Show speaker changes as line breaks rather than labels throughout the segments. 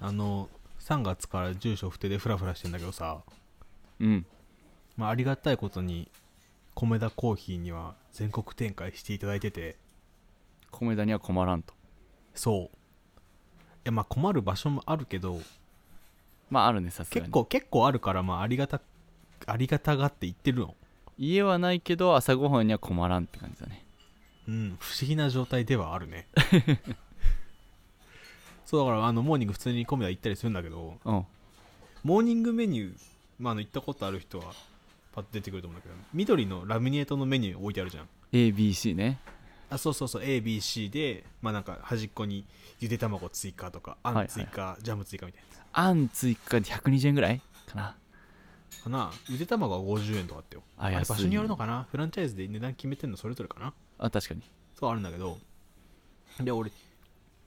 あの3月から住所不定でフラフラしてんだけどさ、
うん
まあ、ありがたいことに米田コーヒーには全国展開していただいてて
米田には困らんと
そういやまあ困る場所もあるけど
まああるねさすがに
結構結構あるからまあありがたありがたがって言ってるの
家はないけど朝ごはんには困らんって感じだね
うん不思議な状態ではあるねそうだからあのモーニング普通に米田行ったりするんだけど
うん
モーニングメニュー、まあ、あの行ったことある人はパッと出てくると思うんだけど緑のラミネートのメニュー置いてあるじゃん
ABC ね
あそうそうそう ABC で、まあ、なんか端っこにゆで卵追加とか
いは
あ
い
ん追加、ジャム追加みたいなや
あん追加で120円ぐらいかな
つかなゆで卵は50円とかあってよ
あ
あれ
安い
場所によるのかなフランチャイズで値段決めてんのそれぞれかな
あ確かに
そうあるんだけどで俺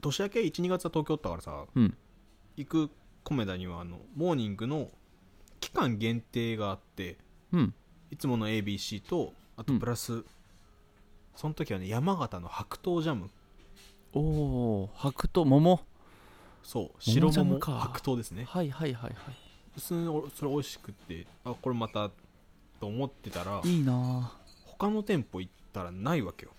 年明け12月は東京おったからさ
うん
行く米田にはあのモーニングの期間限定があって
うん
いつもの ABC とあとプラス、その時はね山形の白桃ジャム
おお白桃桃
そう
ジャム
白桃
か
白桃ですね
はいはいはいは
普通におそれ美味しくってあこれまたと思ってたら
いいいな
他の店舗行ったらないわけよ
あ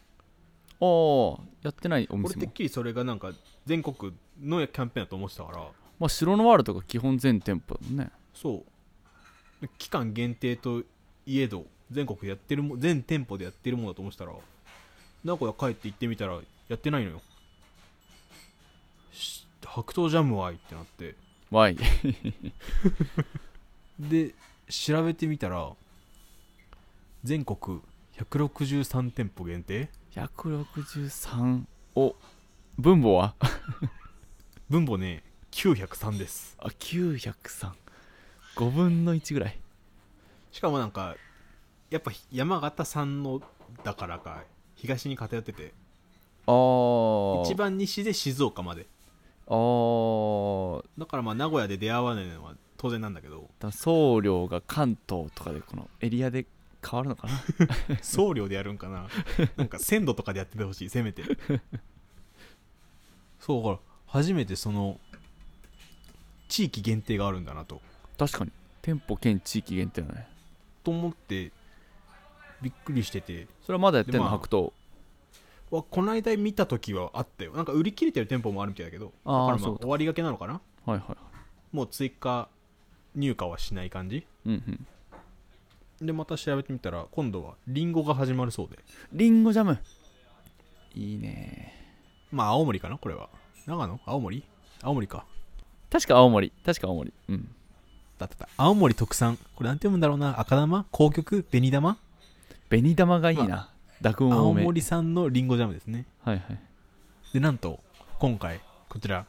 おやってないお
俺
店
てっ
も、
きりそれがなんか全国のキャンペーンだと思ってたから
まあ、白のワールドが基本全店舗だもんね
そう期間限定といえど全国でやってるも全店舗でやってるものだと思ってたら名古屋帰って行ってみたらやってないのよし白桃ジャムはいってなって
わ い
で調べてみたら全国163店舗限定
163お分母は
分母ね903です
あ9035分の1ぐらい
しかもなんかやっぱ山形産のだからか東に偏ってて
ああ
一番西で静岡まで
ああ
だからまあ名古屋で出会わないのは当然なんだけど
だから送料が関東とかでこのエリアで変わるの かな
送料でやるんかななんか鮮度とかでやっててほしいせめてそうだから初めてその地域限定があるんだなと
確かに店舗兼地域限定だね
と思ってびっくりしてて
それはまだやってんの、
でまあ
白桃
わこの間見た時はあったよなんか売り切れてる店舗もあるみたいだけど
あー
だからまあ
そうだ
終わりがけなのかな
はいはいはい
もう追加入荷はしない感じ
うんうん
でまた調べてみたら今度はリンゴが始まるそうで
リンゴジャムいいね
まあ青森かなこれは長野青森青森か
確か青森確か青森うん
だってた青森特産これなんて読むんだろうな赤玉紅玉紅玉
紅玉がいいな濁音多
青
めはい
森産のリンゴジャムですね
はい
でなんと今回こちら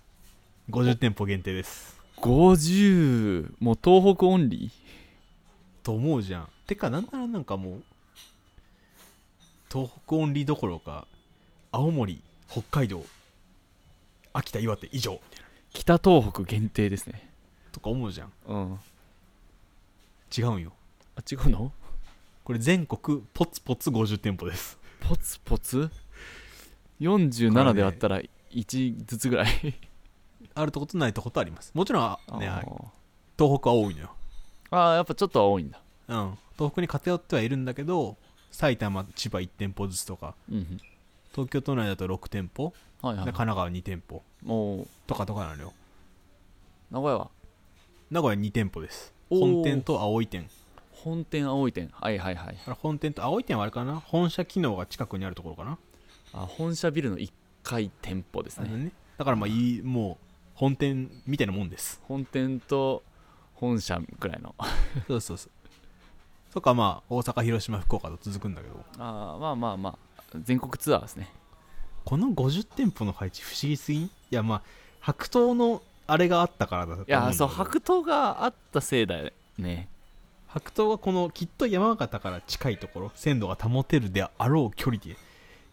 50店舗限定です
50もう東北オンリー
と思うじゃんてかなんならなんかもう東北オンリーどころか青森北海道秋田岩手以上みたいな
北東北限定ですね
とか思うじゃん
うんあ
違うんよ
違うの
これ全国ポツポツ50店舗です
ポツポツ47で割ったら1ずつぐらい
あるとことないとことありますもちろんあね
あ
東北は多いのよ
ーあーやっぱちょっとは多いんだ
うん東北に偏ってはいるんだけど埼玉千葉1店舗ずつとか
うんうん
東京都内だと6店舗
はい
で
は
神
い
奈川2店舗
もう
とかとかなのよ
名古屋は
名古屋2店舗です
おー
本店と青い店
本店青い店はいはいはい
あれ本店と青い店はあれかな本社機能が近くにあるところかな、
あ本社ビルの1階店舗です
あの
ね
ね、だからまあいいもう本店みたいなもんです
本店と本社ぐらいのあ
そうそうそうそっかまあ大阪広島福岡と続くんだけど
ーまあまあまあ全国ツアーですね
この50店舗の配置不思議すぎんいやまあ白桃のあれがあったからだと思ん
い
だけど
やーそう白桃があったせいだよね
白桃がこのきっと山形から近いところ鮮度が保てるであろう距離で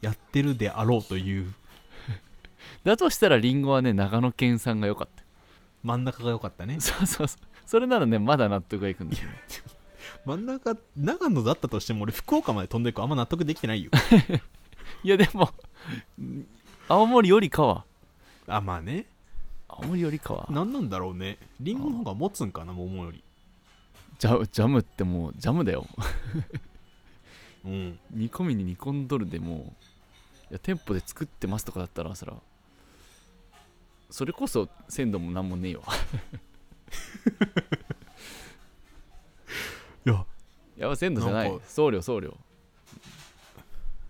やってるであろうという
だとしたらリンゴはね長野県産が良かった
真ん中が良かったね
そうそうそうそれならねまだ納得がいくんだよね
真ん中長野だったとしても俺福岡まで飛んでいくあんま納得できて ないよ
いやでも青森よりかは
あまあね
青森よりかは
なんなんだろうねリンゴの方が持つんかな桃より
ジャジャムってもうジャムだよ
うん
煮込みに煮込んどるでもういや店舗で作ってますとかだったらそらそれこそ鮮度もなんもねえわ
いや
やば鮮度じゃな
なん
い
か
送料送料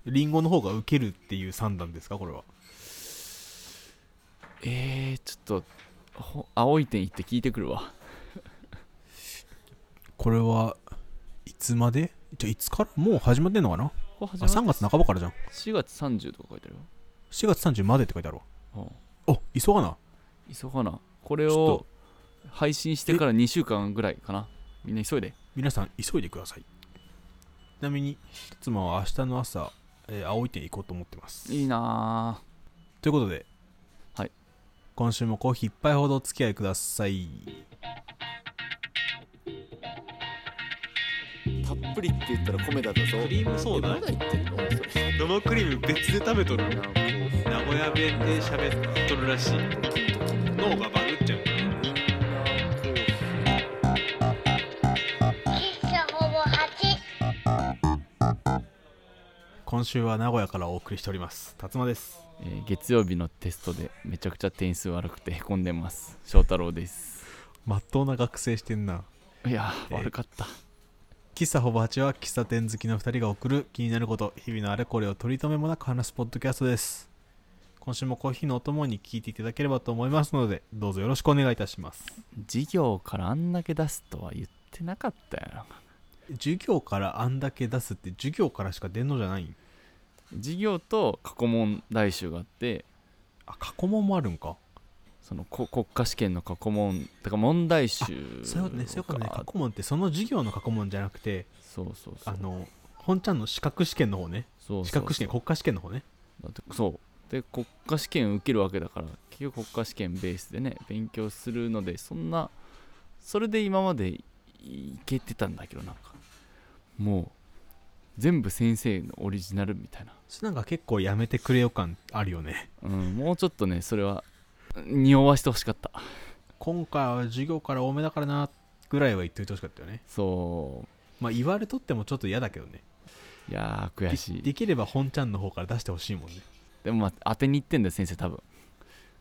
リンゴの方がウケるっていう算段ですかこれは
えー、ちょっとほ青い点行って聞いてくるわ
これはいつまでじゃあいつからもう始まってんのかな
こ
あ3月半ばからじゃん
4月30とか書いてあるよ
4月30までって書いてあるわ
ああ
お急がな
急がなこれ
ちょっ
を
と
配信してから2週間ぐらいかなみんな急いで
皆さん急いでくださいちなみに妻は明日の朝、えー青い店行こうと思ってます
いいなあ
ということで、
はい
今週もコーヒー一杯ほどお付き合いください
たっぷりって言ったら米だったぞ
クリームソーダ
えまだ言ってんのそれ
生クリーム別で食べとる
なんかこ
名古屋弁で喋っとるらしい脳がバグっちゃう
喫茶ほぼ8。
今週は名古屋からお送りしております辰馬です
えー月曜日のテストでめちゃくちゃ点数悪くてへこんでます翔太郎です
まっとうな学生してんない
や
え
ー
ー
悪かった
喫茶ほぼ8は喫茶店好きの2人が送る気になること日々のあれこれを取り留めもなく話すポッドキャストです今週もコーヒーのお供に聞いていただければと思いますのでどうぞよろしくお願いいたします
授業からあんだけ出すとは言ってなかったよな
授業からあんだけ出すって授業からしか出んのじゃないん
授業と過去問来週があって
あ過去問もあるんか
そのこ国家試験の過去問だから問題集
そういうことねそういうことね
が
過去問ってその授業の過去問じゃなくて
そうそうそう
あの本ちゃんの資格試験の方ね
そうそうそう
資格試験国家試験の方ね
だってそうで国家試験受けるわけだから結局国家試験ベースでね勉強するのでそんなそれで今までいいけてたんだけどなんかもう全部先生のオリジナルみたいな、
それなんか結構やめてくれよ感あるよね
うん、もうちょっとねそれは匂わしてほしかった
今回は授業から多めだからなぐらいは言っておいてほしかったよね
そ
まあ言われとってもちょっと嫌だけどね
ういやー悔
で
し
で
い
きれば本ちゃんの方から出してほしいもんね
でもまあ当てに行ってんだよ先生多分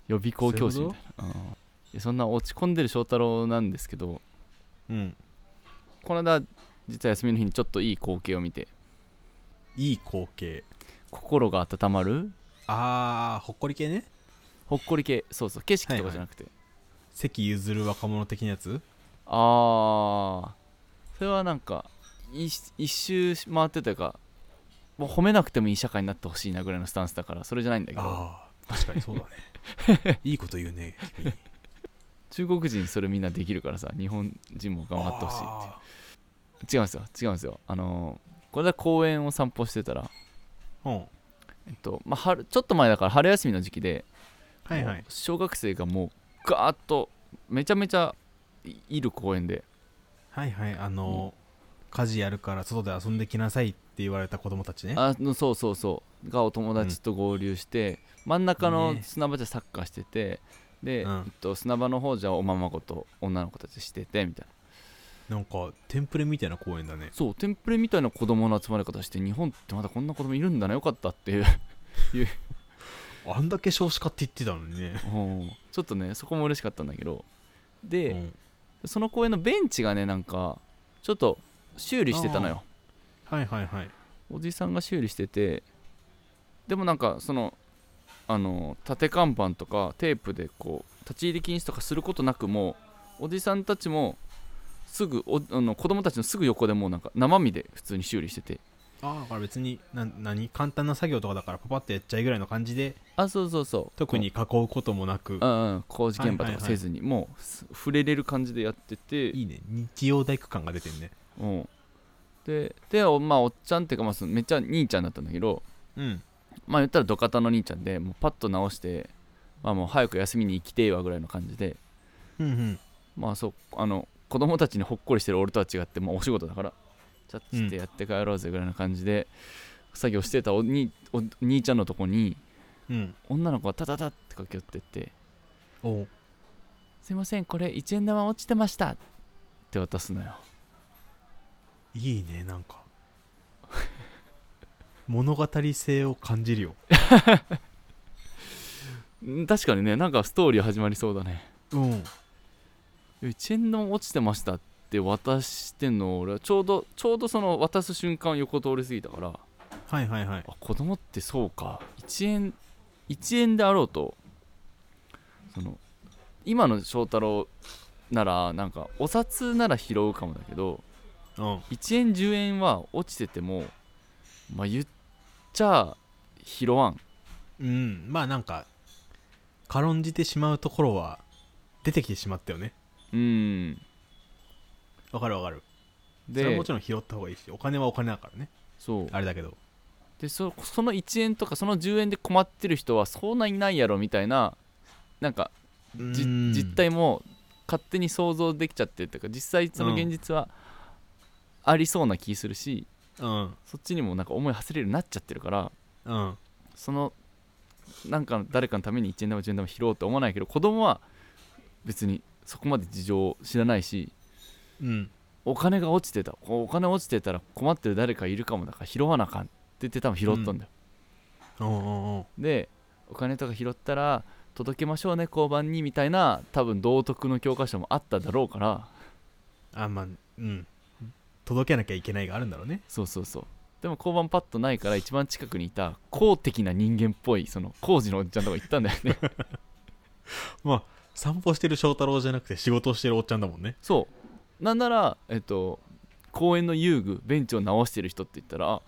予備校教師みたいなうんいやそんな落ち込んでる翔太郎なんですけど
うん
この間実は休みの日にちょっといい光景を見て
いい光景
心が温まる
あーほっこり系ね
ほっこり系そうそう景色とかじゃなくて、
関譲る若者的なやつ
ああそれはなんか一一周回ってというかもう褒めなくてもいい社会になってほしいなぐらいのスタンスだからそれじゃないんだけど
ああ確かにそうだ ねいいこと言うね君
中国人それみんなできるからさ日本人も頑張ってほしいっ
あ
ていう違うんですよ違うんですよあのーこれで公園を散歩してたら、
ーうん
えっとまあ、春ちょっと前だから春休みの時期で
はいはい
もう小学生がもうガーッとめちゃめちゃいいる公園で
はいはいあの家事やるから外で遊んできなさいって言われた子供たちね
あのそうそうそうがお友達と合流して、真ん中の
いいね
砂場じゃサッカーしててで、
う
えっ
ん
と、砂場の方じゃおままごと女の子たちしててみたいな
なんかテンプレみたいな公園だね
そうテンプレみたいな子供の集まり方して日本ってまだこんな子供いるんだなよかったっていう
あんだけ少子化って言ってたのにね
うんちょっとねそこも嬉しかったんだけどで、
うん
その公園のベンチがねなんかちょっと修理してたのよ
はいはいはい
おじさんが修理しててでもなんかそのあの縦看板とかテープでこう立ち入り禁止とかすることなくもうおじさんたちもすぐおあの子供たちのすぐ横でもうなんか生身で普通に修理してて
ああだから別にな何簡単な作業とかだからパパってやっちゃいぐらいの感じで
あそうそうそう
特に囲うこともなく
うんうん工事現場と
はいはいは
か
い
せずにもうす触れれる感じでやってて
いいね日曜大工感が出てんね
うんででおまあおっちゃんっていうか、まあ、そのめっちゃ兄ちゃんだったんだけど
うん
まあ言ったら土方の兄ちゃんでもうパッと直してまあもう早く休みに行きてえわぐらいの感じで
うんうん
まあそうあの子供たちにほっこりしてる俺とは違って、まあ、お仕事だからちゃっつってやって帰ろうぜぐらいな感じで、作業してたおにお兄ちゃんのとこに
うん
女の子がタタタって駆け寄ってって
おう
すいませんこれ1円玉落ちてましたって渡すのよ
いいねなんか 物語性を感じるよ
ん確かにねなんかストーリー始まりそうだね
うん
1円玉落ちてましたって渡してんの俺はちょうどちょうどその渡す瞬間を横通り過ぎたから
はいはいはい
あ子供ってそうか1円1円であろうとその今の翔太郎ならなんかお札なら拾うかもだけど
うん
1円10円は落ちててもまあ言っちゃ拾わん
うんまあなんか軽んじてしまうところは出てきてしまったよね
うん
わかるわかるそ
で
れはもちろん拾った方がいいしお金はお金だからね
そう
あれだけど
でそその1円とかその10円で困ってる人はそんないないやろみたいななんかじ
うん
実態も勝手に想像できちゃってるというか実際その現実はありそうな気するし、
うん
そっちにもなんか思い馳せれるようになっちゃってるから
うん
そのなんか誰かのために1円でも10円でも拾おうと思わないけど子供は別にそこまで事情を知らないし
うん
お金が落ちてたこうお金落ちてたら困ってる誰かいるかもだから拾わなあかんって言って多分拾ったんだよ、
おうんうんうん
でお金とか拾ったら届けましょうね交番にみたいな多分道徳の教科書もあっただろうから
あまあうん届けなきゃいけないがあるんだろうね
そうそうそうでも交番パッとないから一番近くにいた公的な人間っぽいその工事のおっちゃんとか行ったんだよ ね
散歩してる翔太郎じゃなくて仕事をしてるおっちゃんだもんね
そうなんならえっと公園の遊具ベンチを直してる人って言ったら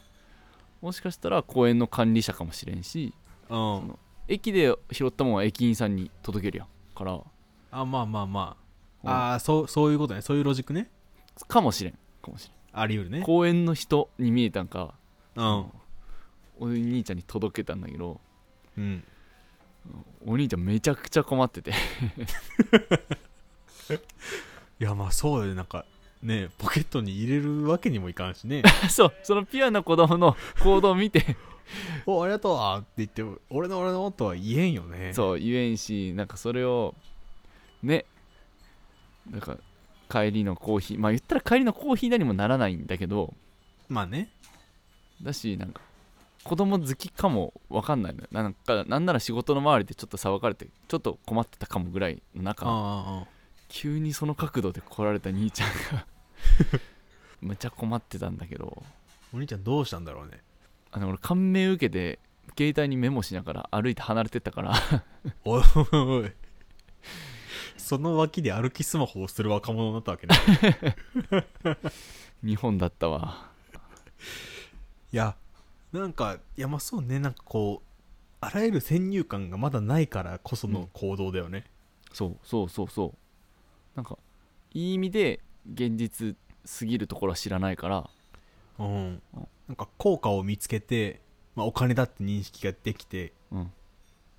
もしかしたら公園の管理者かもしれんし
うん
駅で拾ったもんは駅員さんに届けるやんから
あまあまあまあ、ああそうそういうことねそういうロジックね
かもしれんかもし
あり得る
れん
ね
公園の人に見えたんか
うん
お兄ちゃんに届けたんだけど
うん
お兄ちゃんめちゃくちゃ困ってて
いやまあそうだよねなんかねポケットに入れるわけにもいかんし ね
そうそのピュアな子供の行動を見て
おありがとうって言って俺の俺のとは言えんよね
そう言えんしなんかそれをねなんか帰りのコーヒーまあ言ったら帰りのコーヒーなにもならないんだけど
まあね
だしなんか子供好きかもわかんないのよなんかなんなら仕事の周りでちょっと騒がれてちょっと困ってたかもぐらいの中
あ
急にその角度で来られた兄ちゃん がむちゃ困ってたんだけど
お兄ちゃんどうしたんだ ろうね
あの俺感銘受けて携帯にメモしながら歩いて離れてったから
おいおいその脇で歩きスマホをする若者になったわけね
日本だったわ
いやなんかいやまあそうねなんかこうあらゆる先入観がまだないからこその行動だよね
そうそうそうそうなんかいい意味で現実すぎるところは知らないから
うん、なんか効果を見つけて、まあ、お金だって認識ができて
うん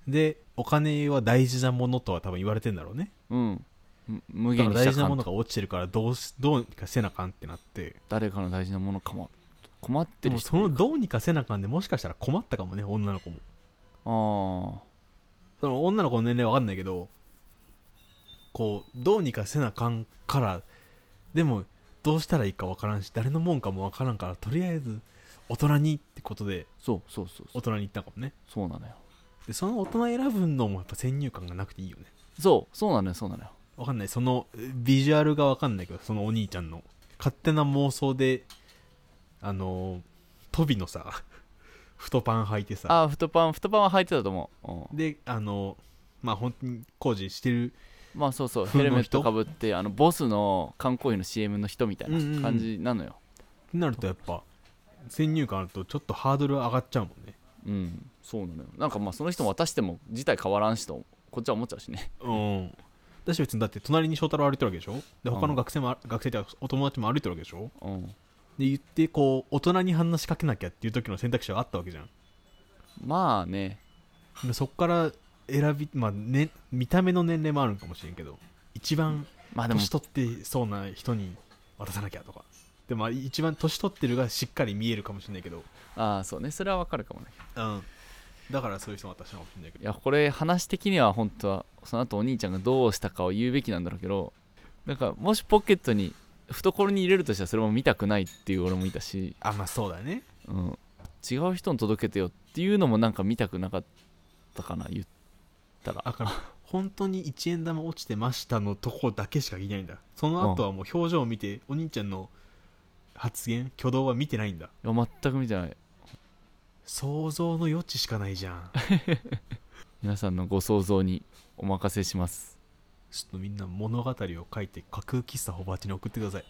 でお金は大事なものとは多分言われてんだろうね
うんむ無
だ
限
から
に
大
した
事な
か
も
ん
の
と
が落ちてるからどうしどうにかせなあかんってなって
誰かの大事なものかも困っ
で
てる
も
人
そのどうにかせなあかんでもしかしたら困ったかもね女の子も
あ
その女の子の年齢わかんないけどこうどうにかせなあかんからでもどうしたらいいかわからんし誰のもんかもわからんからとりあえず大人にってことで
あそうそうそうそ
大
う
人に行ったかもね
そうなのよ
でその大人選ぶのもやっぱ先入観がなくていいよね
そうそうなのよそうなのよ
わかんないそのえビジュアルがわかんないけどそのお兄ちゃんの勝手な妄想であのートビのさ 太パン履いてさ
ああ太パン太パンは履いてたと思う、うん
であのーまあ本当に工事してる
まあそうそう
風
ヘ
の
ル
人
メットかぶってあのボスの缶コーヒーの CM の人みたい
うんうんう
なん感じなのよ
ってなるとやっぱ先入観あるとちょっとハードル上がっちゃうもんね
うん、そうなのよなんかまあその人も渡しても事態変わらんしとこっちは思っちゃうしね
うん私別にだって隣に翔太郎歩いてるわけでしょで
うん
他の学生もあ、学生っていうかお友達も歩いてるわけでしょ
うん
で言ってこう大人に話しかけなきゃっていう時の選択肢があったわけじゃん
まあね
でそっから選び、まあね、見た目の年齢もあるんかもしれんけど一番
まあでも
年取ってそうな人に渡さなきゃとかでも一番年取ってるがしっかり見えるかもしれないけど
ああそうねそれはわかるかもね
うんだからそういう人もあったしかもしれないけ
い
ど
やこれ話的には本当はその後お兄ちゃんがどうしたかを言うべきなんだろうけどなんかもしポケットに懐に入れるとしたらそれも見たくないっていう俺もいたし、
あまあそうだね
うん、違う人に届けてよっていうのもなんか見たくなかったかな言ったら
だから本当に1円玉落ちてましたのとこだけしかいないんだその後はもう表情を見てお兄ちゃんの発言挙動は見てないんだ
いや全く見てない
想像の余地しかないじゃ ん
皆さんのご想像にお任せします
ちょっとみんな物語を書いて架空喫茶ほばちに送ってください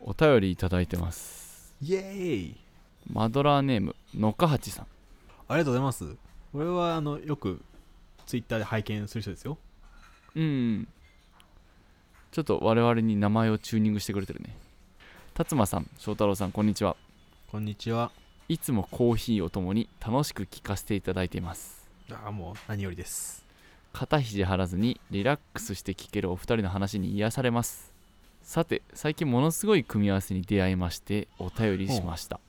お便りいただいてます
イエーイ
マドラーネームのかはちさん
ありがとうございますこれはあのよくツイッターで拝見する人ですよ
うんちょっと我々に名前をチューニングしてくれてるね辰馬さん翔太郎さんこんにちは
こんにちはい
つもコーヒーをともに楽しく聞かせていただいています
ああもう何よりです
肩肘張らずにリラックスして聞けるお二人の話に癒されますさて最近ものすごい組み合わせに出会いましてお便りしました、
はいはい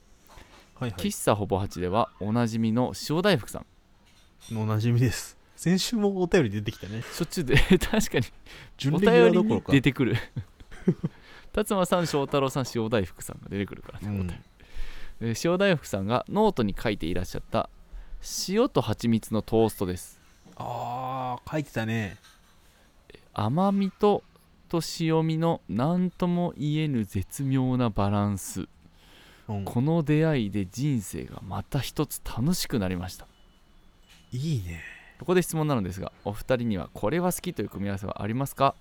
喫茶ほぼ8ではおなじみの塩大福さん
おなじみです先週もお便り出てきたね
しょっちゅうで 確かに
準
お
レギュラー
便り
どころ
に
か
出てくる 辰馬さん翔太郎さん塩大福さんが出てくるからね、
うん
えー塩大福さんがノートに書いていらっしゃった塩と蜂蜜のトーストです
ああ書いてたね
甘みとと塩味の何とも言えぬ絶妙なバランス
うん
この出会いで人生がまた一つ楽しくなりました
いいね
ここで質問なのですがお二人にはこれは好きという組み合わせはありますか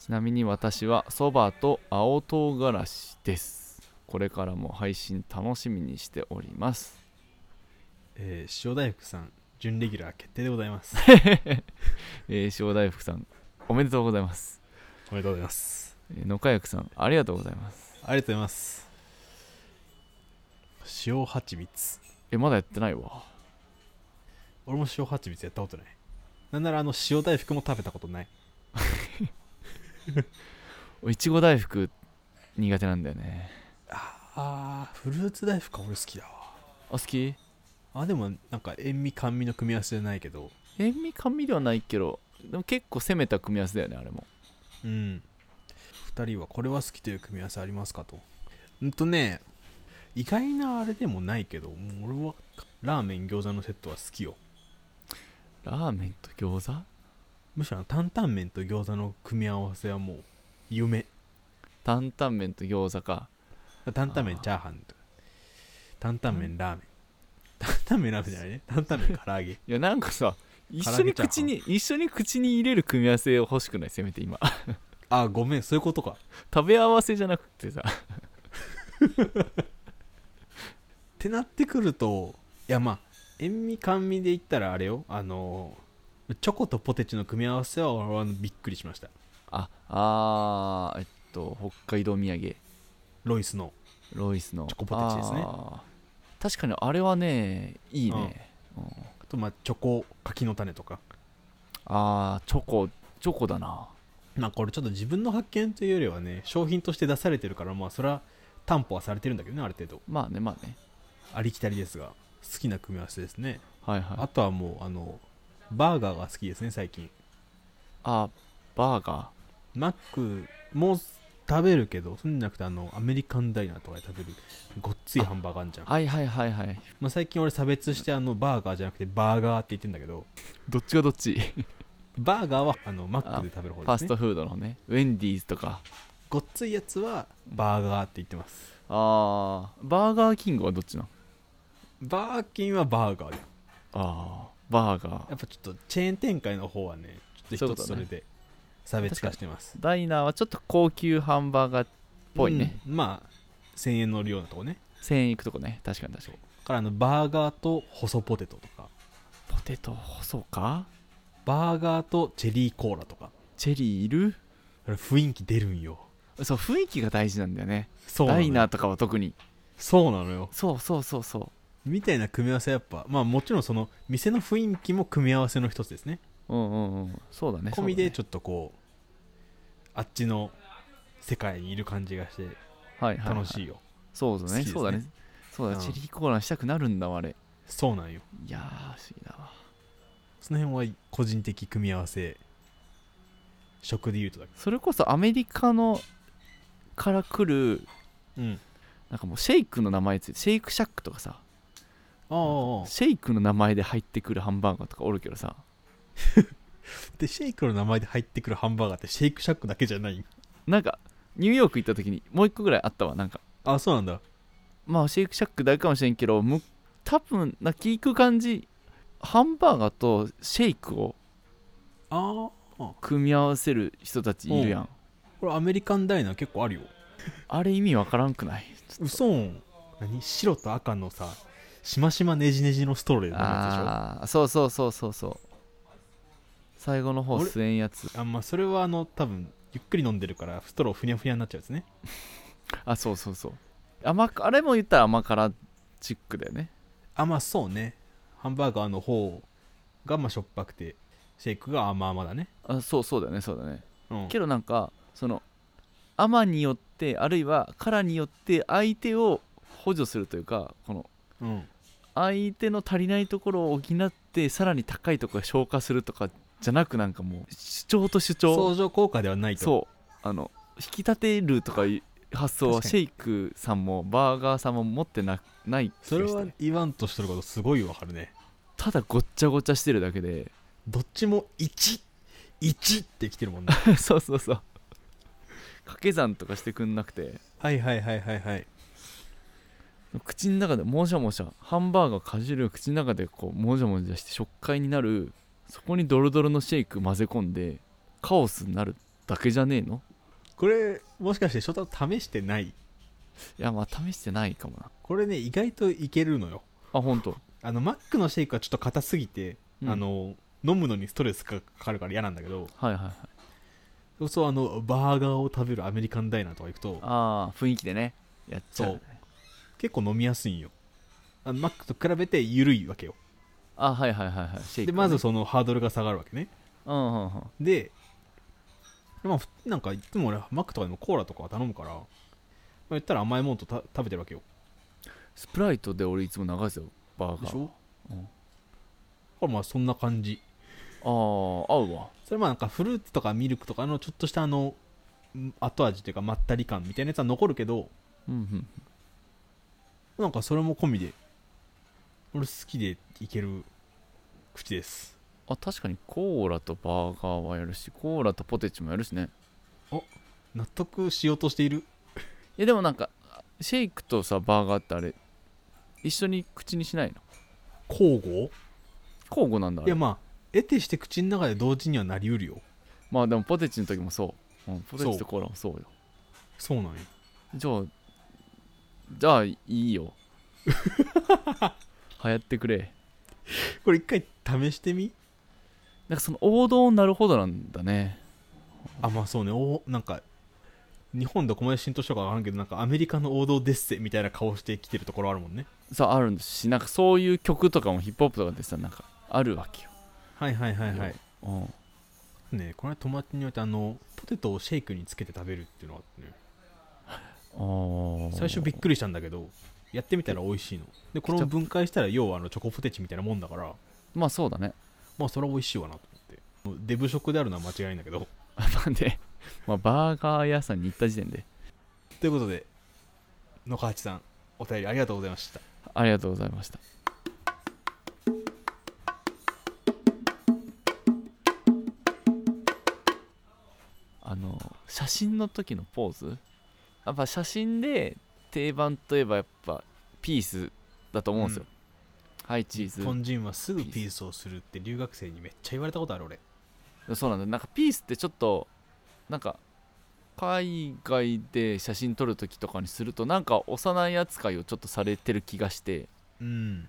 ちなみに私はそばと青唐辛子ですこれからも配信楽しみにしております
えー塩大福さん準レギュラー決定でございます
えー塩大福さんおめでとうございます
おめでとうございます
えー野家薬さんありがとうございます
ありがとうございます塩蜂蜜
えまだやってないわ
俺も塩蜂蜜やったことないなんならあの塩大福も食べたことない
いちご大福苦手なんだよね
あーフルーツ大福は俺好きだわ
あ好き
あでもなんか塩味甘味の組み合わせじゃないけど
塩味甘味ではないけどでも結構攻めた組み合わせだよねあれも
うん2人はこれは好きという組み合わせありますかとうんとね意外なあれでもないけどもう俺はラーメン餃子のセットは好きよ
ラーメンと餃子
むしろあの担々麺と餃子の組み合わせはもう夢
担々麺と餃子か
担々麺
あー
チャーハンとか担々麺ラーメン担々麺ラーメンじゃないね担々麺唐揚げ
いやなんかさ一緒に口に一緒に口に入れる組み合わせを欲しくないせめて今
あーごめんそういうことかっ
食べ合わせじゃなくてさ
てなってくるといやまあ塩味甘味で言ったらあれよあのーチョコとポテチの組み合わせは俺はあのびっくりしました
ああーえっと北海道土産
ロイスの
ロイスの
チョコポテチですね
あー確かにあれはねいいね、うん
あとまあチョコ柿の種とか
あーチョコチョコだな
まあこれちょっと自分の発見というよりはね商品として出されてるからまあそれは担保はされてるんだけどねある程度
まあねまあね
ありきたりですが好きな組み合わせですね
はいはい
あとはもうあのバーガーが好きですね最近
あバーガ
マックも食べるけどそんじゃなくてあのアメリカンダイナーとかで食べるごっついハンバーガーあんじゃん
ーはいはいはいはい
まあ、最近俺差別してあのバーガーじゃなくてバーガーって言ってんだけど
どっちがどっち、
バーガーはあのマックで食べる
フ
方
ァ
で
ス
すね
トフードのねウェンディーズとか
ごっついやつはバーガーって言ってます
あーバーガーキングはどっちなの
バーキンはバーガーで
あーバーガー
やっぱちょっとチェーン展開の方はねちょっと一つ
そ
そう
い
れ
うこ
で差別化してます
ダイナーはちょっと高級ハンバーガーっぽいね、
うんまあ1000円乗るようなとこね
1000円いくとこね確かに確かに
だからあのバーガーと細ポテトとか
ポテトそうか
バーガーとチェリーコーラとか
チェリーいる
これ雰囲気出るんよ
そう雰囲気が大事なんだよね
そうな
ダ
の
イ
よ
ナーとかは特に
そうなのよ
そうそうそうそう
みたいな組み合わせはやっぱまあもちろんその店の雰囲気も組み合わせの一つですね
うんうんうんそうだね
込みで
ょ
ちょっとこうあっちの世界にいる感じがして
っはいはい、
楽し
い
いよ。
そうだね
好きですね
そうだねそうだ、
うん
チェリーコーラしたくなるんだわあれ
そうなんよ。
いやー不思議だわ
その辺は個人的組み合わせ、食で言うとだけ
それこそアメリカのから来る
ど。うん。
なんかもうシェイクの名前ついてシェイクシャックとかさ
ああああ。
シェイクの名前で入ってくるハンバーガーとかおるけどさ
で、シェイクの名前で入ってくるハンバーガーってシェイクシャックだけじゃない
なんかニューヨーク行った時にもう一個ぐらいあったわなんか
あ、そうなんだ。
まあシェイクシャックだけかもしれんけどむ多分な聞く感じハンバーガーとシェイクを
ああ。
組み合わせる人たちいるやん
これアメリカンダイナー結構あるよ。
あれ意味わからんくない
嘘何白と赤のさ、しましまねじねじのストローで飲むや
ああそうそうそうそうそう最後の方
俺
吸えんやつ
つでしょあ、まあそれはあの、多分ゆっくり飲んでるから、ストローふにゃふにゃになっちゃうやつね。
あそうそうそう甘かあれも言ったら甘辛チックだよね
あ、まあそうね。ハンバーガーの方がまあしょっぱくて、シェイクが甘々だね。
あそうそうだよねそうだね
うん。
けどなんかその甘によってあるいは辛によって相手を補助するというかこの
うん、
相手の足りないところを補ってさらに高いところを消化するとかじゃなくなんかもう主張と主張
相乗効果ではないと。
そうあの引き立てるとかいう発想は
確
シ
か
ェイクさんもバーガーさんも持ってなない気が
それ
した
は
ね
言わんとしてることすごいわかるね。
ただごっちゃごちゃしてるだけで
どっちも1、1ってきてるもんね。
そうそうそう掛け算とかしてくんなくて
はいはいはいはいはい。
口の中でもじゃもじゃハンバーガーかじる口の中でこうもじゃもじゃして食感になるそこにドロドロのシェイク混ぜ込んでカオスになるだけじゃねえの
これ、もしかして、翔太試してない
いやまあ試してないかもな
これね、意外といけるのよ。
あ本当。
あの、マックのシェイクはちょっと硬すぎて、
うん
あの、飲むのにストレスがかかるから嫌なんだけど、
はいはいはい
そうそう、あの、バーガーを食べるアメリカンダイナーとか行くと、
ああ雰囲気でねやっちゃう、ね、
結構飲みやすいんよ。あのマックと比べて緩いわけよ。
あはいはいはいはいシェイク、
で、まずそのハードルが下がるわけね。
うんうんうん
で、まあ、ふなんかいつも俺、マックとかでもコーラとかは頼むから、まあ、言ったら甘いものとた食べてるわけよ。
スプライトで俺いつも長いですよバーガーうん
ほら、まあそんな感じ。
ああ合うわ
それもなんかフルーツとかミルクとかのちょっとしたあのん後味というかまったり感みたいなやつは残るけど
うんうん
なんかそれも込みで俺好きでいける口です
あ確かにコーラとバーガーはやるしコーラとポテチもやるしね
納得しようとしている
いやでもなんかシェイクとさバーガーってあれ一緒に口にしないの
交互
交互なんだあ
い
れ
やまあ得てして口の中で同時にはなりうるよ
まあでもポテチの時もそう、うん、ポテチとコーラもそうよ
そうなんよ
じゃあじゃあい いよ流行ってくれ
これ一回試してみ
なんかその王道になるほどなんだね
あまあそうねおなんか日本どこまで浸透したかわからんけどなんかアメリカの王道デッセみたいな顔してきてるところあるもんね
さあるんですしなんかそういう曲とかもヒップホップとかでさなんかあるわけよ、
はいはいはいはい
うん、
ねこの間友達に言われてあのポテトをシェイクにつけて食べるっていうのがあってね
おー
最初びっくりしたんだけどやってみたら美味しいのでこれを分解したら要はあのチョコポテチみたいなもんだから
まあそうだね
まあそれは美味しいわなと思ってデブ食であるのは間違いないんだけど
なんで、まあ、バーガー屋さんに行った時点で
ということで野川八さんお便りありがとうございました
ありがとうございましたあの写真の時のポーズやっぱ写真で定番といえばやっぱピースだと思うんですよ、はいチーズ
日本人はすぐピースをするって留学生にめっちゃ言われたことある俺
そうなんだなんかピースってちょっとなんか海外で写真撮る時とかにするとなんか幼い扱いをちょっとされてる気がして
うん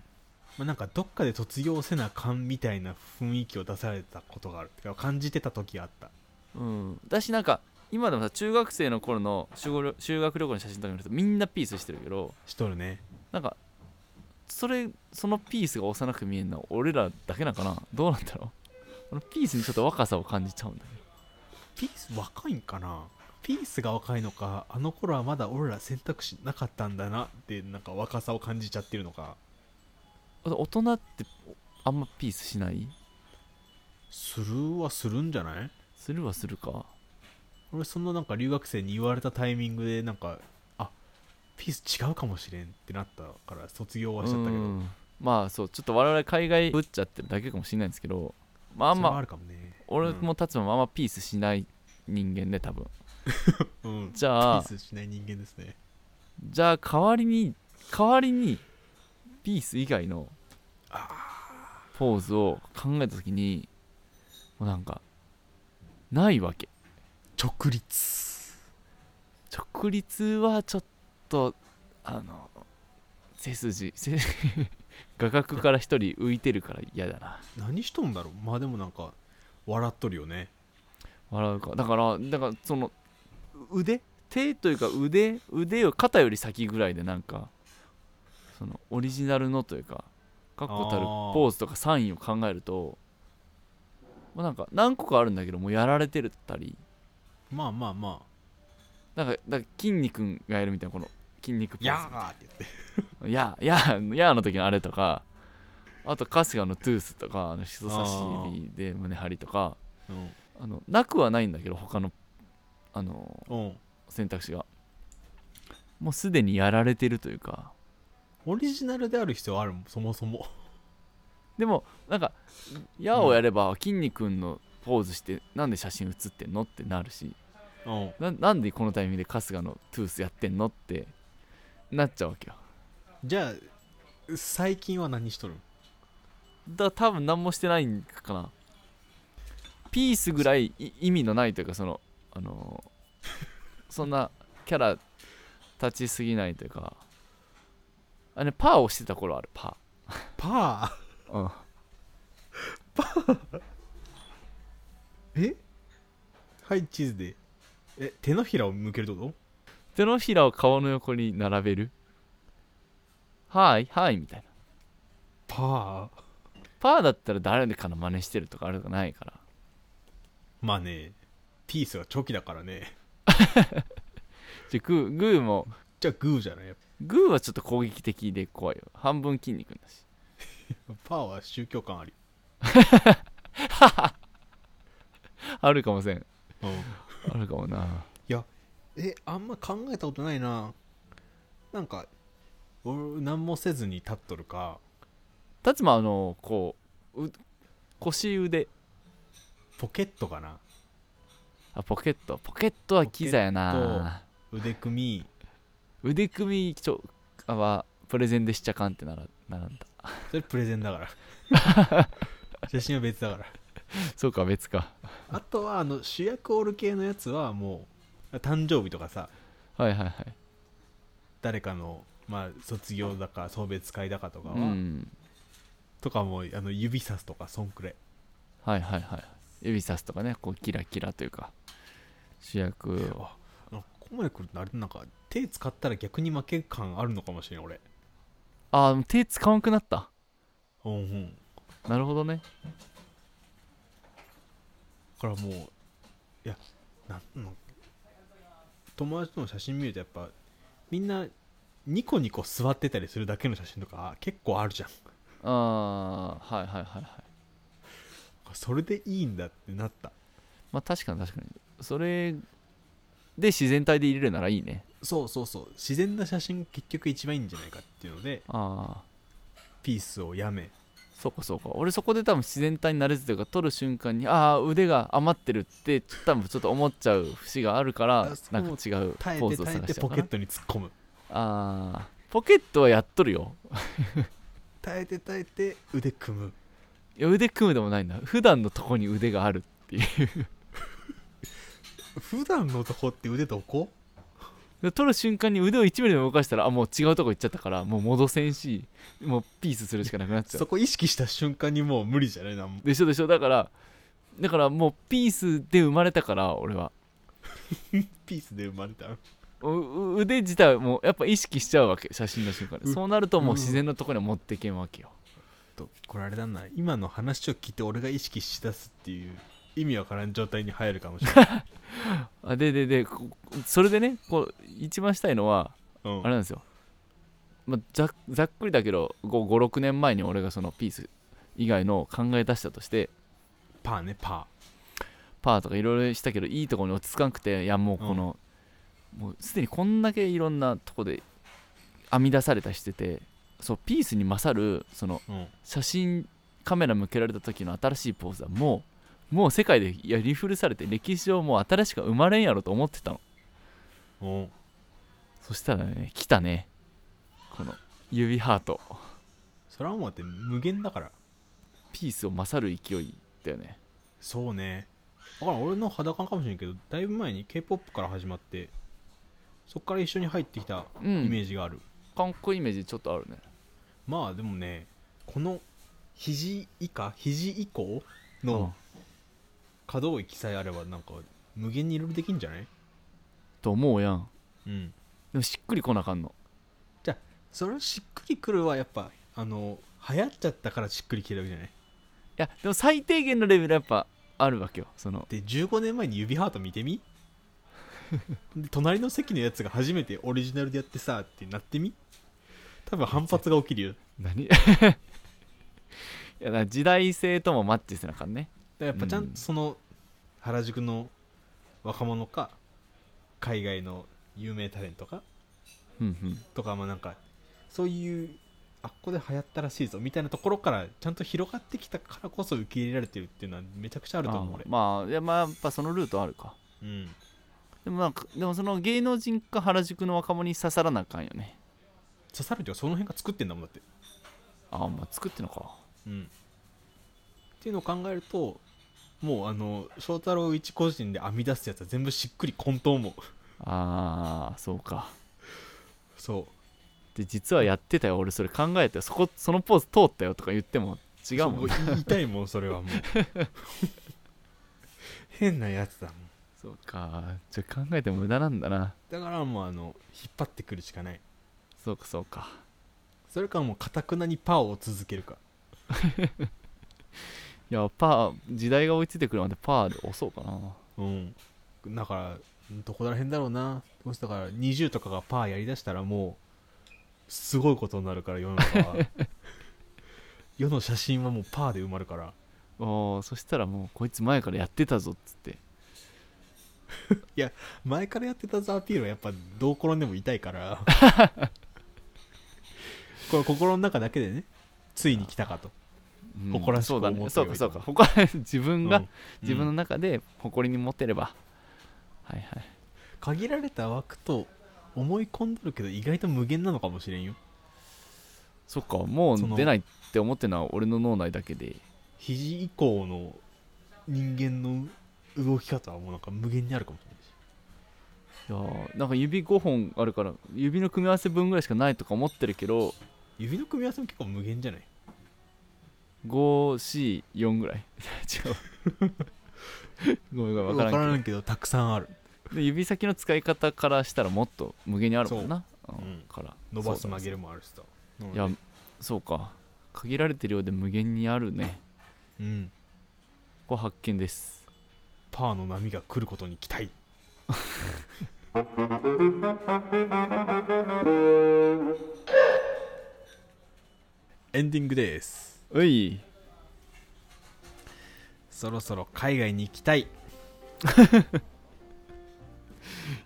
まあ、なんかどっかで卒業せなあかんみたいな雰囲気を出されたことがあるってか感じてた時があった
うんだしなんか今でもさ中学生の頃の修学旅修学旅行の写真とか見るとみんなピースしてるけど
しとるね
なんかそれそのピースが幼く見えるのは俺らだけなんかなどうなんだろうあのピースにちょっと若さを感じちゃうんだけ
ピ
ど
ース若いんかなピースが若いのかあの頃はまだ俺ら選択肢なかったんだなってなんか若さを感じちゃってるのか
大人ってあんまピースしない
するはするんじゃない
するはするか
俺そのなんか留学生に言われたタイミングでなんかあピース違うかもしれんってなったから卒業はしちゃったけど
うんまあそうちょっと我々海外ぶっちゃってるだけかもしれないんですけどまああ
そ
ん
れはあ
ま
るかもね
俺も達也もあんまピースしない人間で多分
うん、うん
じ
ピ
ゃ
ー
あ
スしない人間ですね
じゃあ代わりに代わりにピース以外のポーズを考えた時にもうなんかないわけ
直立
直立はちょっとあの背筋背 画角から一人浮いてるから嫌だな
何しとんだろうまあでもなんか笑っとるよね
笑うかだからだからその腕手というか腕腕を肩より先ぐらいでなんかそのオリジナルのというか確固たる
あー
ポーズとかサインを考えるとまあなんか何個かあるんだけどもうやられてるったり
まあまあまあ
なんかだから筋肉がやるみたいなこの筋肉ポーズ
やーって言って
やややーの時のあれとかあと春日のトゥースとかあの人差し指で胸張りとかあのなくはないんだけど他のあの
うん、うん、
選択肢がもうすでにやられてるというか
オリジナルである必要あるもんそもそも
でもなんか「や」をやれば筋肉のポーズしてなんで写真写ってんのってなるし
うん
ななんでこのタイミングで春日のトゥースやってんのってなっちゃうわけよ
じゃあ最近は何しとるん
だ多分何もしてないんかなピースぐらいい意味のないというかそのあのーそんなキャラ立ちすぎないというかあれパーをしてた頃あるパ
パ
ーうん
ーえはいチーズでえ手のひらを向けるってこ
手のひらを顔の横に並べるはいはいみたいな
とパー
パーだったら誰かの真似してるとかあるとかないから
まあねピースがチョキだからね
じゃあグーグーも
じゃあグーじゃないやっ
グーはちょっと攻撃的で怖いよ半分筋肉だし
ぱパーは宗教感あり
あるかもせん
うん
あるかもな
えあんま考えたことないななんか俺何もせずに立っとるか
たつまあのこうう腰腕
ポケットかな
あポケットポケットはキザやな
腕組み
腕組みちょあはプレゼンでしちゃかんってならならんだ
それプレゼンだから 写真は別だから
そうか別か
あとはあの主役オール系のやつはもう誕生日とかさ
はいはいはい
誰かの、まあ、卒業だか送別会だかとかは、
うん
とかもあの指さすとかそんくらい
はいはいはい指さすとかねこうキラキラというか主役を
あなんかここまで来るとあれなんか手使ったら逆に負け感あるのかもしれん俺
あーもう手使わんくなった
うんうんだ
なるほどね
からもういやなんなん友達との写真見るとやっぱみんなニコニコ座ってたりするだけの写真とか結構あるじゃん
ああはいはいはいはい
それでいいんだってなった
まあ確かに確かにそれで自然体で入れるならいいね
そうそうそう自然な写真結局一番いいんじゃないかっていうので
ああ
ピースをやめ
そうかそうか俺そこで多分自然体になれずというか撮る瞬間にああ腕が余ってるって多分ちょっと思っちゃう節があるから
あそう
なんか違うポ
耐えて
ーズを
耐え
探してちゃ
ポ
うか
ケ
な
ットに突っ込む
あーポケットはやっとるよ
耐えて耐えて腕組む
いや腕組むでもないんだ普段のとこに腕があるっていう
普段のとこって腕どこ
で撮る瞬間に腕を1ミリでも動かしたらあもう違うとこ行っちゃったからもう戻せんしもうピースするしかなくなっちゃ
そうこ意識した瞬間にもう無理じゃないなんも
でしょでしょだからだからもうピースで生まれたから俺は
ピースで生まれた
うう腕自体もやっぱ意識しちゃうわけ写真の瞬間で
う
そうなるともう自然のところには持っていけんわけよ
とこれあれだな今の話を聞いて俺が意識しだすっていう意味わからん状態に入るかもしれない。
あでででこそれでねこう一番したいのは
うん
あれなんですよ、まあ、ざざっくりだけど56年前に俺がそのピース以外のを考え出したとして
パーね、パ
パーとかいろいろしたけどいいところに落ち着かんくていやもうこの、もうすでにこんだけいろんなとこで編み出されたりしててそうピースに勝るその
ー。うん。
写真カメラ向けられた時の新しいポーズはもうもう世界でいやリフルされて歴史上もう新しくは生まれんやろと思ってたの
お
そしたらね来たねこの指ハート
それはもうだって無限だから。
ピースを勝る勢いだよね
そうね。だからん俺の裸かもしれんけど、だいぶ前に K-POP から始まって、そっから一緒に入ってきた
う
イメ
ん
ージがある。
かっこいいイメージちょっとあるね
まあでもね、この肘以下、肘以降
うん
の可動域さえあれば、なんか無限にいろいろできんじゃない
と思うやん
うん。
でもしっくりこなかんの
それしっくりくるはやっぱあの流行っちゃったからしっくりきてるわけじゃない
いやでも最低限のレベルはやっぱあるわけよその
で15年前に指ハート見 てみで隣の席のやつが初めてオリジナルでやってさってなってみ多分反発が起きるよ
何 いやだから時代性ともマッチせなあかんね
だからやっぱちゃん
うん
とその原宿の若者か海外の有名タレントか
うんうん
とかまあなんかそういうあっこで流行ったらしいぞみたいなところからちゃんと広がってきたからこそ受け入れられてるっていうのはめちゃくちゃあると思う
あ
俺
ーまあいやまあやっぱそのルートあるか
うん
でもなんかでもその芸能人か原宿の若者に刺さらなあかんよね
刺さるっていうかその辺が作ってんだもんだって
ああまあ作ってんのか
うんっていうのを考えるともうあの翔太郎一個人で編み出すやつは全部しっくり混沌も
ああそうか
そ
で実はやってたよ俺それ考えてそこそのポーズ通ったよとか言っても違
う
うもんね
そう言いたいもんそれは もう変なやつだもん
そうかじゃあ考えても無駄なんだな
だからもうあの引っ張ってくるしかない
そうかそうか
それかもうかたくなにパーを続けるか
いやパー時代が追いついてくるまでパーで押そうかな
うんだからどこら辺だろうなもしだから20とかがパーやりだしたらもうすごいことになるから世の中 は世の写真はもうパーで埋まるから
おーそしたらもうこいつ前からやってたぞっつって
前からやってたザアピールはやっぱどう転んでも痛いから これ心の中だけでねついに来たかと、
うん
誇らしく
そうだね
思って
そ
お
う
い
か
て
そうか誇ら自分が、
うん
自分
う
の
ん
中で誇りに持てれば、はいはい
限られた枠と思い込んどるけど意外と無限なのかもしれんよ
そっかも
その
う出ないって思ってるのは俺の脳内だけで
肘以降の人間の動き方はもうなんか無限にあるかもしれないし
いやーなんか指5本あるから指の組み合わせ分ぐらいしかないとか思ってるけど
指の組み合わせも結構無限じゃない
544ぐらい 違うごめんごめん分から
わ
んけど
らんけどたくさんある
で指先の使い方からしたらもっと無限にあるもんなう、
うんうん
から
伸ばす
そうだ
曲げるもあるしさなの
い
で
やそうか限られてるようで無限にあるね
うん
ここ発見です
パーの波が来ることに期待エンディングです
うい
そろそろ海外に行きたい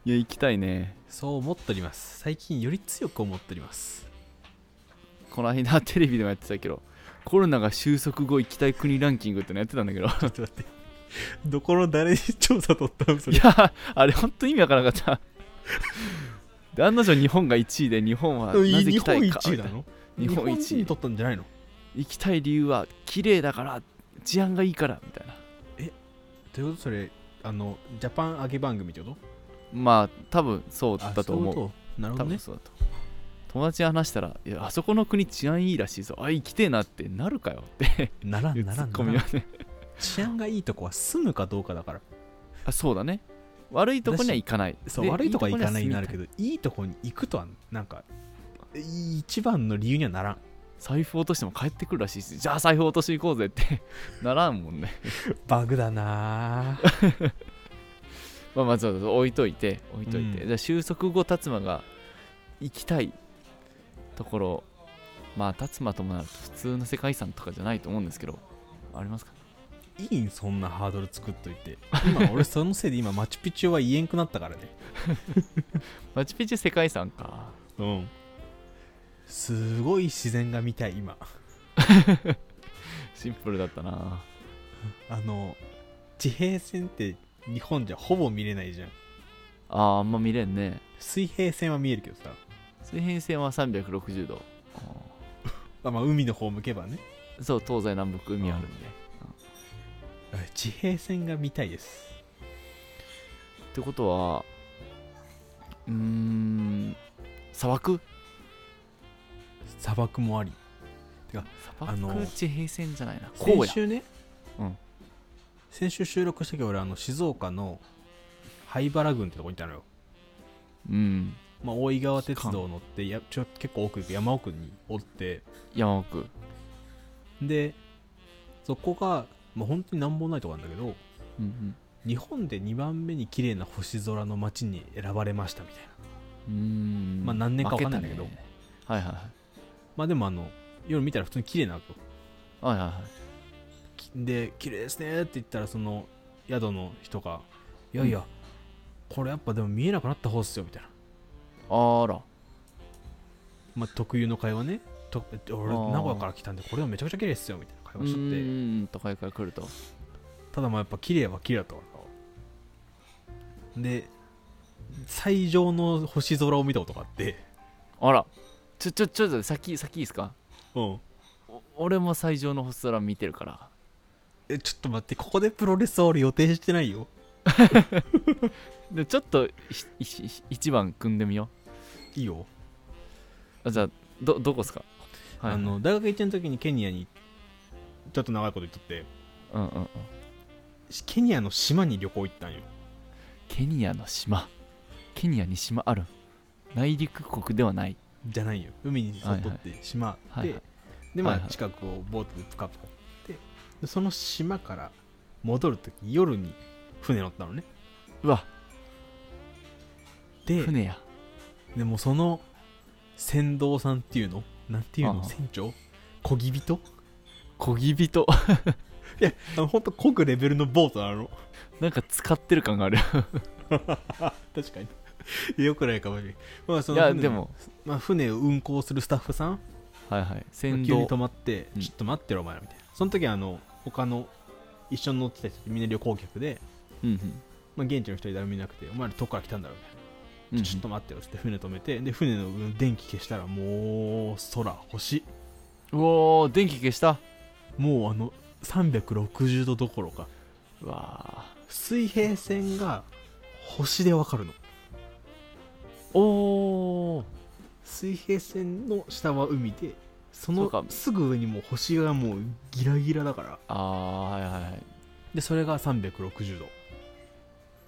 いや行きたいね
そう思っております最近より強く思っております
この間テレビでもやってたけどコロナが収束後行きたい国ランキングってのやってたんだけどい
ちょっと待ってどこの誰に調査取ったのそれ
やあれ本当に意味わからなかったで案の定日本が1位で日本はなぜ
日
行きた
本
いか
一位なの
日本
日
一
人
位
取ったんじゃないの
行きたい理由は綺麗だから治安がいいからみたいな
ということそれあのジャパン上げ番組ってこと
まあ多分そうだと思う
そういうことなるほ
多
どね
分そうだと友達に話したら「いやあそこの国治安いいらしいぞあ行きてえな」ってなるかよ って
なら
い
ん
う
な
ツ
らん
ッ
な
コミ
らん
はね
治安がいいとこは住むかどうかだから
あそうだね悪いとこには行かない
そう
で
悪いとこは行かないになる
い
け
いとこ
どいいとこに行くとはなんかい一番の理由にはならん
財布落としても帰ってくるらしいしじゃあ財布落としに行こうぜってならんもんね
バグだなぁ
まあまあそうそう置いといて置いといて、
うん
じゃあ収束後達馬が行きたいところまあ達馬ともなると普通の世界遺産とかじゃないと思うんですけどありますか
いいんそんなハードル作っといて今俺そのせいで今マチュピチュは言えんくなったからね
マチュピチュ世界遺産か
うんすごい自然が見たい今
シンプルだったな
あの地平線って日本じゃほぼ見れないじゃん
あーあんま見れんね
水平線は見えるけどさ
水平線は360度あ
あまあ海の方向けばね
ーそう東西南北海あるんで、
地平線が見たいです
ってことはうーん砂漠
砂漠もあり
砂
あの
漠地平線じゃないな荒
先
野
週ね、
うん
先週収録したけど俺あの静岡の灰原郡ってとこにいたのよ、
うん
まあ、大井川鉄道乗ってやちょ結構奥行く山奥におって
山奥
でそこが、まあ、本当になんもないとこなんだけど
うんうん
日本で2番目に綺麗な星空の街に選ばれましたみたいな
うーん
まあ何年かわかんないんだけど
負たねはいはいはい
まあでもあの夜見たら普通に綺麗なわけよ
はいはいはい
きで綺麗ですねって言ったらその宿の人が「いやいや、これやっぱでも見えなくなった方っすよ」みたいな、
あら
まあ、特有の会話ねとえ俺
あー
名古屋から来たんでこれはめちゃくちゃ綺麗ですよみたいな会
う
話しとって
ーん都会から来ると
ただまあやっぱ綺麗は綺麗だったからなで最上の星空を見たことがあって
あらちょちょちょっと先先いいですか
うん
お俺も最上の星空見てるから
えちょっと待ってここでプロレスは俺予定してないよ
でちょっとひひひ一番組んでみよ
いいよ、
うあじゃあどどこっすかはい
あの大学1年の時にケニアにちょっと長いこと行っとって
うんうんうん
ケニアの島に旅行行ったんよ
ケニアの島ケニアに島ある内陸国ではない
じゃないよ海に沿っとって島で、
はいはい
でま
は
あ
いはい
近くをボートでプカプカ行ってでその島から戻るとき夜に船乗ったのね
うわ
で
船や
でもうその船頭さんっていうのなんていう
あ
の
あ
船長漕ぎ人
漕ぎ人
いやあのほんと漕ぐレベルのボートなの
なんか使ってる感があ る
確かによくないかもしれない、まあ、そ
い
の
や
船の
でも
まあ、船を運航するスタッフさん
はいはい
急
船
に
頭
止まって、
うん
ちょっと待ってろお前らみたいなその時はあの他の一緒に乗ってた人みんな旅行客で、
うんうん
まあ、現地の人誰もいなくてお前らどっから来たんだろうみたいな
うんうん
ちょっと待ってよっつって船止めてで船の電気消したらもう空星
うおー電気消した
もうあの360度どころか
うわ
水平線が星でわかるの
ーおー
水平線の下は海でそ
そう
の
か
すぐ上にもう星がもうギラギラだから
あーはいはいはい
でそれが360度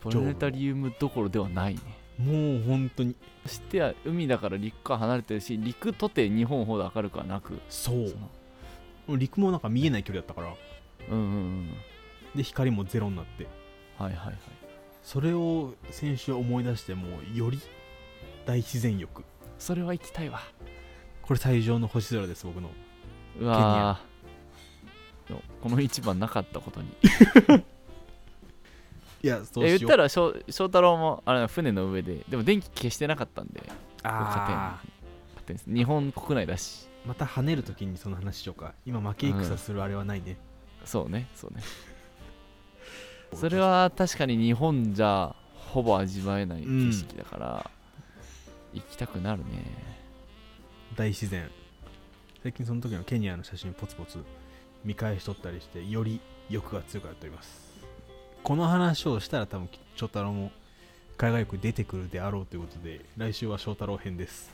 プラネタリウムどころではないね
もう本当に
そしては海だから陸から離れてるし陸とて日本ほど明るくはなく
そう
その
陸もなんか見えない距離だったから
うんうんうん
で光もゼロになって
はいはいはい
それを先週思い出してもうより大自然欲
それは行きたいわ
これ最上の星空です僕の
うわーでもこの一番なかったことに
いやそう
え
しよう
言ったら翔翔太郎もあれ船の上ででも電気消してなかったんで
あー
勝手です日本国内だし
また跳ねるときにその話しようか今負け戦するあれはないね、
そうねそうねそれは確かに日本じゃほぼ味わえない景色だから、行きたくなるね
大自然最近その時のケニアの写真をポツポツ見返しとったりしてより欲が強くなっておりますこの話をしたら多分き翔太郎も海外国出てくるであろうということで来週は翔太郎編です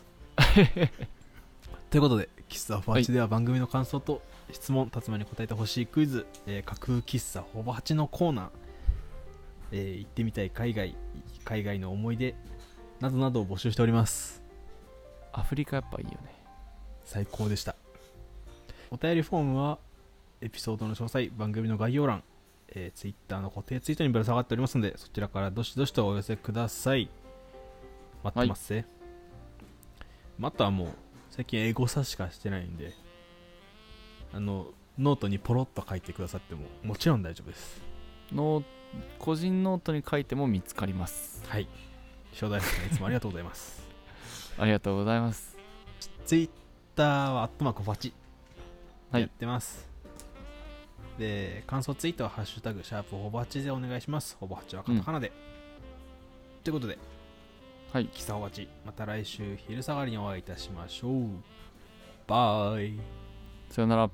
ということで「喫茶ホバチ」では番組の感想と質問、達馬に答えてほしいクイズ、えー架空喫茶ホバチのコーナー、えー行ってみたい海外海外の思い出などなどを募集しております
アフリカやっぱいいよね
最高でしたお便りフォームはエピソードの詳細番組の概要欄、えー、Twitter の固定ツイートにぶら下がっておりますのでそちらからどしどしとお寄せください待ってますぜ、またはもう最近エゴサしかしてないんであのノートにポロッと書いてくださってももちろん大丈夫です
の個人ノートに書いても見つかります
はい正代さんいつもありがとうございます
ありがとうございます
ツイッターはアットマークファチ
はい
やってます、で感想ツイートは「ハッシュタグシャープほぼ8」でお願いしますほぼ8はカタカナで、ということで
はい
キサほぼ8また来週昼下がりにお会いいたしましょうバイ
さよなら